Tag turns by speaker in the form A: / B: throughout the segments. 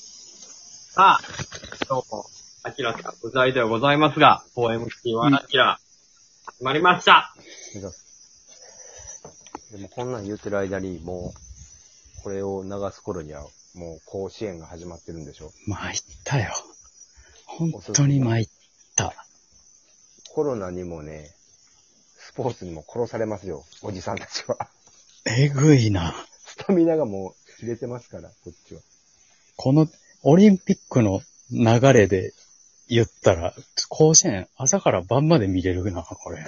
A: さあ、今日も、アキラさん不在ではございますが、4MC はアキラ、決まりました。
B: でもこんなん言ってる間に、もう、これを流す頃には、もう甲子園が始まってるんでしょ
C: 参ったよ。本当に参った。
B: コロナにもね、スポーツにも殺されますよ、おじさんたちは。
C: えぐいな。
B: スタミナがもう切れてますから、こっちは。
C: このオリンピックの流れで言ったら、甲子園朝から晩まで見れるな、これ。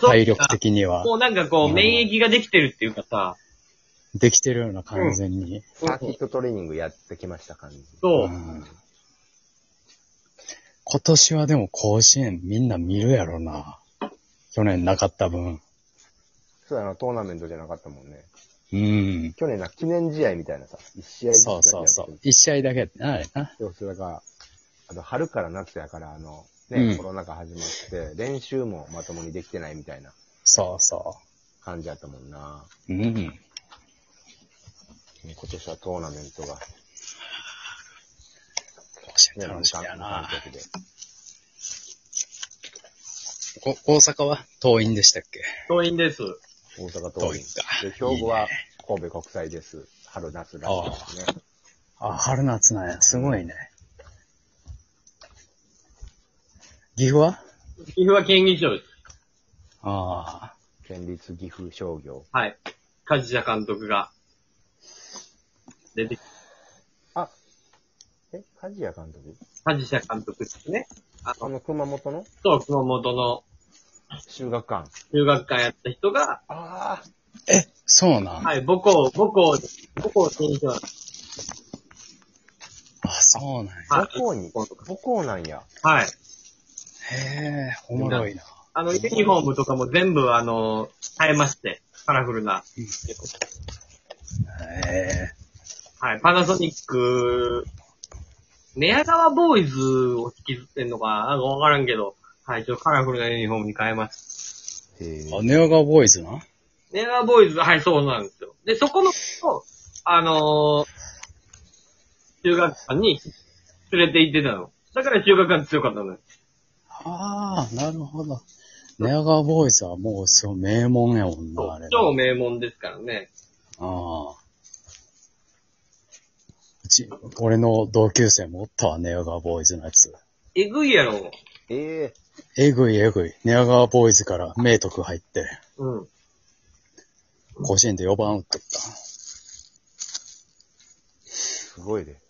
C: 体力的には。
A: もうなんかこう、免疫ができてるっていうかさ、
C: できてるような完全に。
B: サーキットトレーニングやってきました感じ。
A: そうう。
C: ん今年はでも甲子園みんな見るやろな。去年なかった分。
B: そうやな、トーナメントじゃなかったもんね。
C: うん。
B: 去年な、記念試合みたいなさ、一試合ずつ
C: そうそうそ
B: だけ
C: う
B: やっ。て
C: 一試合だけやってなあれな。
B: てそう、それが、あと春から夏やから、あの、ね、
C: うん
B: コロナ禍始まって、練習もまともにできてないみたいな
C: そうそ
B: 感じやったもんな。
C: う。うん。
B: 今年はトーナメントが、
C: 甲子園
B: ね、
C: 楽しみやな。
B: 観客で。
C: こ大阪は遠いんでしたっけ
A: 教員です。
B: 大阪桐
C: 遠い
B: 蔭。
C: か
B: で、兵庫は神戸国際です。春夏らしいですね。
C: あ、春夏なんや。すごいね。岐阜は
A: 岐阜は県議長です。
C: ああ。
B: 県立岐阜商業。
A: はい。梶田監督が、出てき
B: あ、え、梶谷監督
A: 梶田監督ですね。あ
B: あ
A: の、
B: の熊本の
A: そう、熊本の
B: 修学館。
A: 中学館やった人が、
B: ああ、
C: え、そうなん。
A: はい、母校、母校、母校県議長なんです。
C: あ、そうなんや。
B: 母校に、
A: はい
B: 母校なんや。
A: はい。
C: へえ、おもろいな。
A: あの、ユニフォームとかも全部、あの、変えまして、カラフルな。
C: へえ。
A: はい、パナソニック、寝屋川ボーイズを引きずってんのかな、なんかわからんけど、はい、ちょっとカラフルなユニフォームに変えました。
B: へえ
C: あ、ネオガボーイズな
A: 寝屋川ボーイズ、はい、そうなんですよ。で、そこの、あのー中学館に連れて行ってたの。だから中学館強かったのよ。
C: ああ、なるほど。ネオガボーイズはもうそう名門やもんな、あれ。
A: 超名門ですからね。
C: ああ。うち、俺の同級生もおったわ、ネオガボーイズのやつ。
A: えぐいやろ。
B: ええ
C: えぐいえぐい。ネアガーボーイズから明徳入って、
A: うん。
C: 甲子園で4番打っとった。
B: すごいで。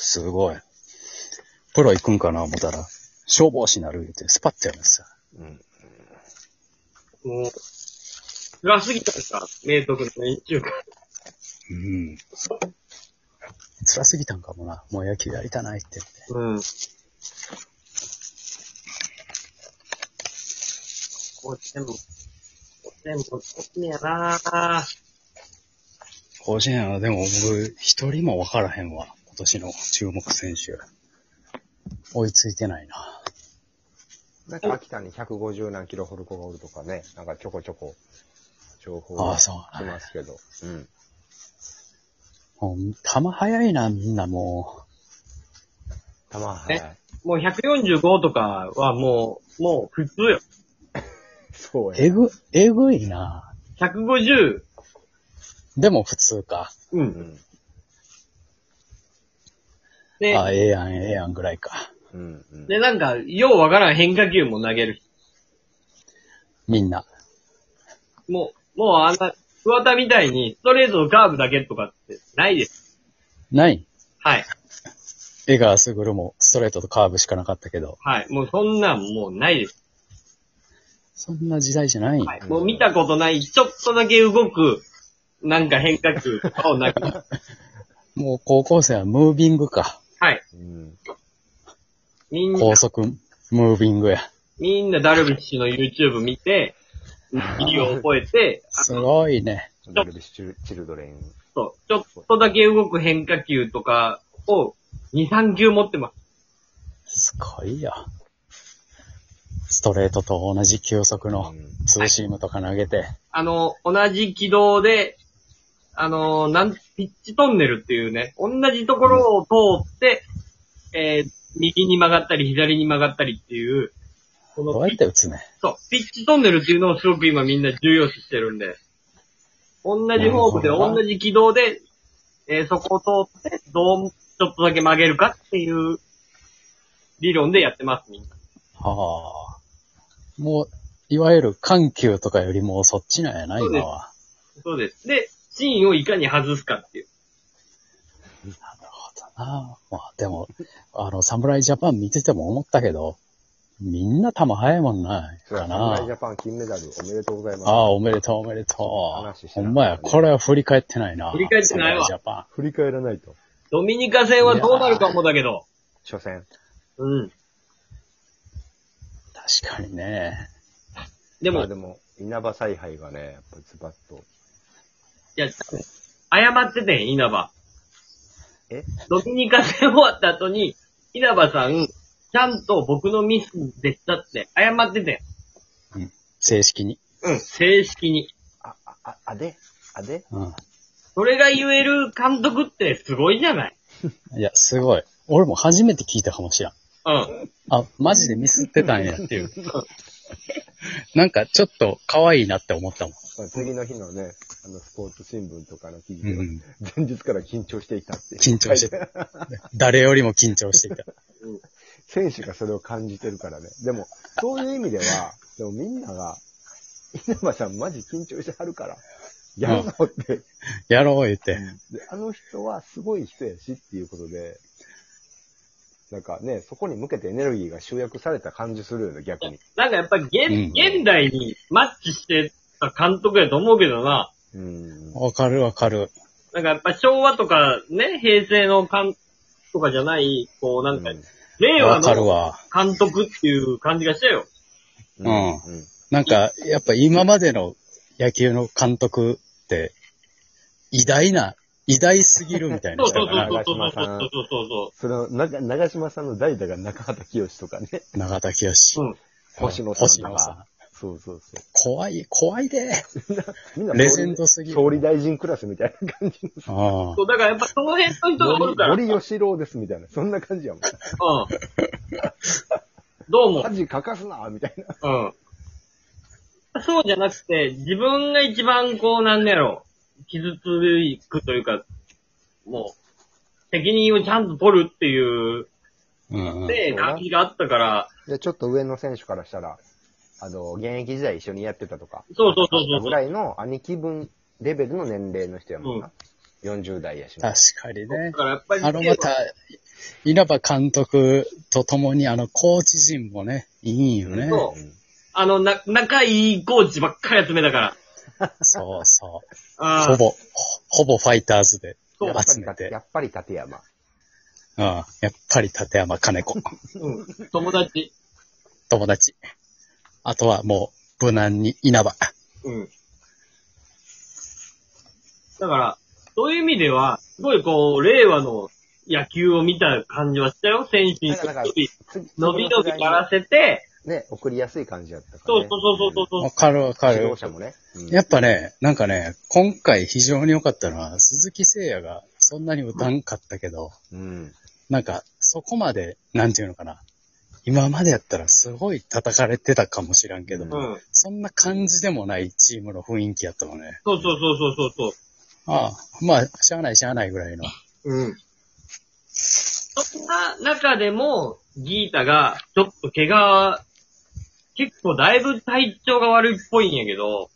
C: すごい。プロ行くんかな思ったら、消防士になる言うて、スパッてやるんですよ。
B: うん。
A: もう、辛すぎたんですか明徳の練習会。
C: うん。辛すぎたんかもな。もう野球やりたないって言って。
A: うん。こうしても、こうしても、こうしてもやなぁ。
C: 甲子園はでも僕、一人も分からへんわ。今年の注目選手。追いついてないな。
B: なんか秋田に150何キロ掘る子がおるとかね、なんかちょこちょこ、情報
C: あ
B: が
C: あ
B: 来
C: そう
B: ますけど。うん。
C: もう、球早いな、みんなも
B: たまは
A: えもう145とかはもう、もう普通よ。
B: そう
C: う。
B: や。
C: えぐ、えぐいな。
A: 150、
C: でも普通か。
A: う。
B: うんん。
A: で、
C: あ、ええやん、ええやんぐらいか。
B: うん。うん。
A: で、なんか、ようわからん変化球も投げる。
C: みんな。
A: もう、もうあんな、桑田みたいにストレートとカーブだけとかってないです。
C: ない
A: はい。
C: 江川卓もストレートとカーブしかなかったけど、
A: はい。もうそんなんもうないです。
C: そんな時代じゃない。
A: はい。もう見たことない、ちょっとだけ動く、なんか変化球を投げる。
C: もう高校生はムービングか。
A: はい。
B: うん。
A: みんな
C: 高、速ムービングや。
A: みんなダルビッシュの YouTube 見て、意味を覚えて、
C: すごいね。
B: ダルビッシュチルドレイン。
A: そう、ちょっとだけ動く変化球とかを2、3球持ってます。
C: すごいよ。ストレートと同じ球速の
B: うん
C: ツーシームとか投げて。
A: あの、同じ軌道で、あの、なん、ピッチトンネルっていうね、同じところを通って、えー右に曲がったり、左に曲がったりっていう、こ
C: ど
A: の
C: うや
A: ピ
C: っ
A: ッ
C: て打つね。
A: そう、ピッチトンネルっていうのをすごく今みんな重要視してるんで、同じフォームで、
C: なるほどな
A: 同じ軌道で、えーそこを通って、どう、ちょっとだけ曲げるかっていう、理論でやってます、みんな。
C: はあ。もう、いわゆる緩急とかよりもそっちなんやな、
A: そうです
C: 今は。
A: そうです。で、芯をいかに外すかっていう。
C: なるほどな。まあでも、あの、侍ジャパン見てても思ったけど、みんな球早いもんない
B: そう
C: か
B: や、侍ジ
C: な。
B: ャパン金メダルおめでとうございます
C: あ。あ、おめでとうおめでとう
B: 話。して
C: ほ
B: なかったね
C: んまや、これは振り返ってないな。
A: 振り返ってないわ
C: 侍ジャパ
B: 振り返らないと。
A: ドミニカ戦はどうなるかもだけど、
B: 初戦。
A: うん。
C: ン。確かにね。
A: で
B: ま
A: も
B: あ、でも、稲葉采配がね、やっぱズバッと。
A: いや、謝っててん、稲葉。
B: え
A: ドミニカ戦終わった後に、稲葉さん、ちゃんと僕のミスでしたって謝ってて
C: 正式に。
A: ん。うん、正式に。
B: あ、あ、あ、あであで
C: うん。
A: それが言える監督ってすごいじゃない
C: いや、すごい。俺も初めて聞いたかもしれん。
A: うん。
C: あ、マジでミスってたんやっていう。なんかちょっと可愛いなって思ったもん。
B: まあ、次の日のね、あの、スポーツ新聞とかの記事
C: う
B: では、
C: ん、
B: 前日から緊張していたって。
C: 緊張して
B: た。
C: 誰よりも緊張していた。
B: 選手がそれを感じてるからね。でも、そういう意味では、でもみんなが、稲葉さんマジ緊張してはるから、やるぞって、
C: やろう言って。
B: で、あの人はすごい人やしっていうことで、なんかね、そこに向けてエネルギーが集約された感じするよね、逆に。
A: なんかやっぱり現、
C: うん
A: 現代にマッチしてた監督やと思うけどな。
B: うん。
C: わかるわかる。
A: なんかやっぱ昭和とかね、平成の監とかじゃない、こうなんか、令和
C: わかる
A: の
C: わ。
A: 監督っていう感じがしたよ。
B: うん。
C: うん
B: うん
C: なんか、やっぱ今までの野球の監督って、偉大な、偉大すぎるみたい
A: そ
C: な
A: うそ
C: 人
A: う
C: がな
A: そう
B: 長
A: そうそうそうそうそ
B: 嶋さんその、なが長島さんの代打が中畑清とかね、
C: 長田清。
A: う。うん。
B: 星野さん
C: 星
B: と
C: 野さん
B: か。。そうそうそ
C: 怖い、怖いで。
B: う。みんな
C: レジェンドすぎる。
B: 総理大臣クラスみたいな感じ の
C: ああ
A: そう、だからやっぱその辺の人がおるから。うん。
B: 森森吉郎ですみたいな、そんな感じ やもん。
A: どうも。
B: 恥かかすなみたいな。
A: うん。そうじゃなくて、自分が一番こう、なんだろう、傷つくというか、もう、責任をちゃんと取るっていう、
C: うんうん。
A: で、
B: そうな
A: 感じがあったから、
B: で、ちょっと上の選手からしたら、あの、現役時代一緒にやってたとか、
A: そうそうそう
B: ぐ
A: そう。
B: らいの兄貴分レベルの年齢の人やもんな。40代やしな
C: 確。かにね
A: だ。からやっぱり、
C: あの、また、稲葉監督と共に、あの、コーチ陣もね、いいよね。
A: そうあの、な、仲いいコーチばっかり集めたから。
C: そうそう。
A: あ
C: ほぼ、ほほぼファイターズで
A: そう
C: 集めて。
B: やっぱり立山。
C: うん。やっぱり立山金子。
A: うん。友達。
C: 友達。あとはもう、無難に稲葉。
A: うん。だから、そういう意味では、すごいこう、令和の野球を見た感じはしたよ。選手に
B: なんかなんか
A: 伸び伸びやらせて、
B: ね、送りやすい感じやったから、
A: そう
B: ね。
A: そうそうそうそう。
C: わかるわか
B: 指
C: る
B: 導。者もね。うん
C: やっぱね、なんかね、今回非常に良かったのは、鈴木誠也がそんなに打たんかったけど、
B: うん。
C: なんか、そこまで、なんていうのかな。今までやったらすごい叩かれてたかもしらんけど、
B: うん
A: うん。
C: そんな感じでもないチームの雰囲気やったもんね。
A: そうそうそうそうそうそう。
C: ああ、まあ、しゃあないしゃあないぐらいの。
A: うん。そんな中でも、ギータが、ちょっと怪我、結構だいぶ体調が悪いっぽいんやけど、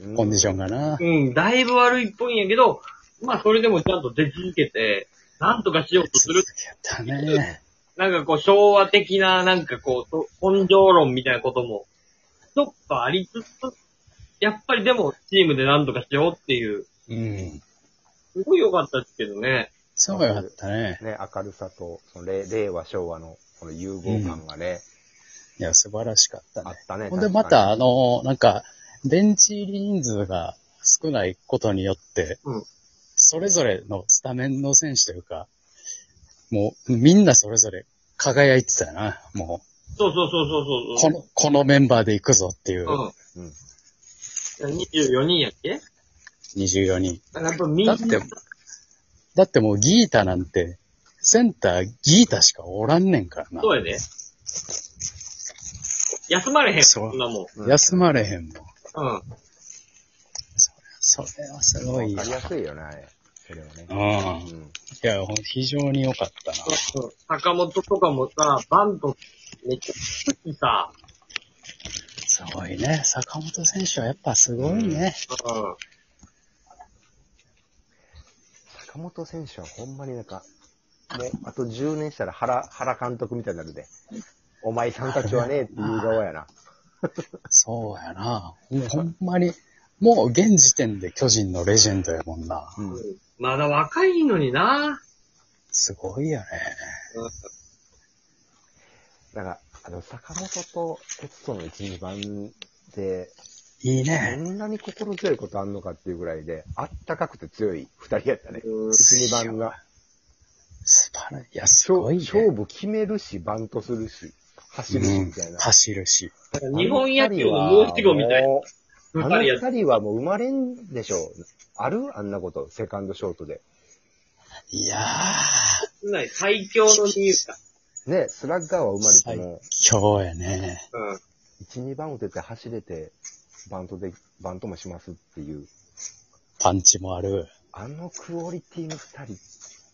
B: うん
C: コンディションがな。
A: うん、だいぶ悪いっぽいんやけど、まあそれでもちゃんと出続けて、なんとかしようとす
C: 続
A: る。
C: きやったね。
A: なんかこう昭和的な、なんかこうと、根性論みたいなことも、ちょっとありつつ、やっぱりでもチームでなんとかしようっていう、
C: うん。
A: すごい良かったですけどね。
C: そうやったね。
B: ね、明るさと、その令令和昭和のこの融合感がね、
C: いや、素晴らしかった
B: あ
C: ね。
B: ったね。
C: ほんで、また、あの、なんか、ベンチ入り人数が少ないことによって、
A: うん
C: それぞれのスタメンの選手というか、もう、みんなそれぞれ輝いてたよな。も
A: そうそうそうそう
C: う、
A: そ
C: こ
A: う。
C: の、このメンバーで行くぞっていう
A: うん。24人やっけ
C: 24人。
A: やっぱみん
C: だ
A: な
C: って、だってもうギータなんて、センターギータしかおらんねんからな。
A: そうやで。休まれへん、
C: そう
A: そんなもん。
B: うん
C: 休まれへんもん。
A: うん。
C: それはすごいよ
B: わか。りやすいよね。それはね
C: う。ん。い
B: うん。
C: や、ほん非常に良かったな。
A: そう坂本とかもさ、バントめっちゃ好きさ、
C: すごいね。坂本選手はやっぱすごいね。
A: うん。
B: 坂本選手はほんまになんか、もうあと10年したら原、原監督みたいになるで。お前さんたちはね、っていう側やな。
C: そうやな。もうほんまに、もう現時点で巨人のレジェンドやもんな。
B: うん。
A: まだ若いのにな。
C: すごいよね。
B: なんか、あの、坂本と鉄人の1、2番で、
C: いい
B: こ
C: ね。
B: んなに心強いことあんのかっていうぐらいで、あったかくて強い2人やったね。
A: うん
B: 1、2番が。
C: 素晴らしい。いや、す
B: 勝
C: ごいね。
B: 勝負決めるし、バントするし、走るし、みたい
C: うん
B: な。
C: 走るし。
A: 日本野球の申し子みたいな。
B: あ
A: 二人
B: の
A: や
B: 二人はもう生まれんでしょう。あるあんなこと、セカンドショートで。
C: いやー、
A: ない最強の理由か。
B: ね、スラッガーは生まれても、
C: 今日やね。
A: うん。
B: 1、2番打てて走れて、バントで、バントもしますっていう、
C: パンチもある。
B: あのクオリティの二人って
C: す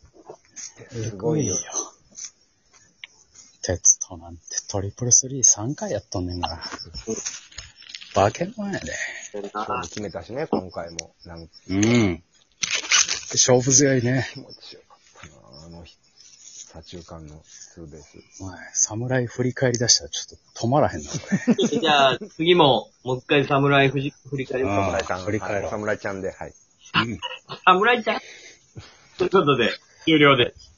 B: す
C: ご
B: ご
C: い
B: いよ
C: よ。。鉄となんてトリプルスリー3回やっとんねんから。化け物やで。
B: 勝負決めたしね、今回も。なんか
C: うん。勝負強いね。
B: 気持ちよかったな、あの日、左中間のツーベース。
C: お前、侍振り返り出したらちょっと止まらへんな、これ。
A: じゃあ、次も、もう一回侍振り振り返りましょう
C: あ
B: 侍ちゃん、
C: 振り返ろう
B: はい侍ちゃんで、はい。
C: うん
A: 侍ちゃんということで、終了です。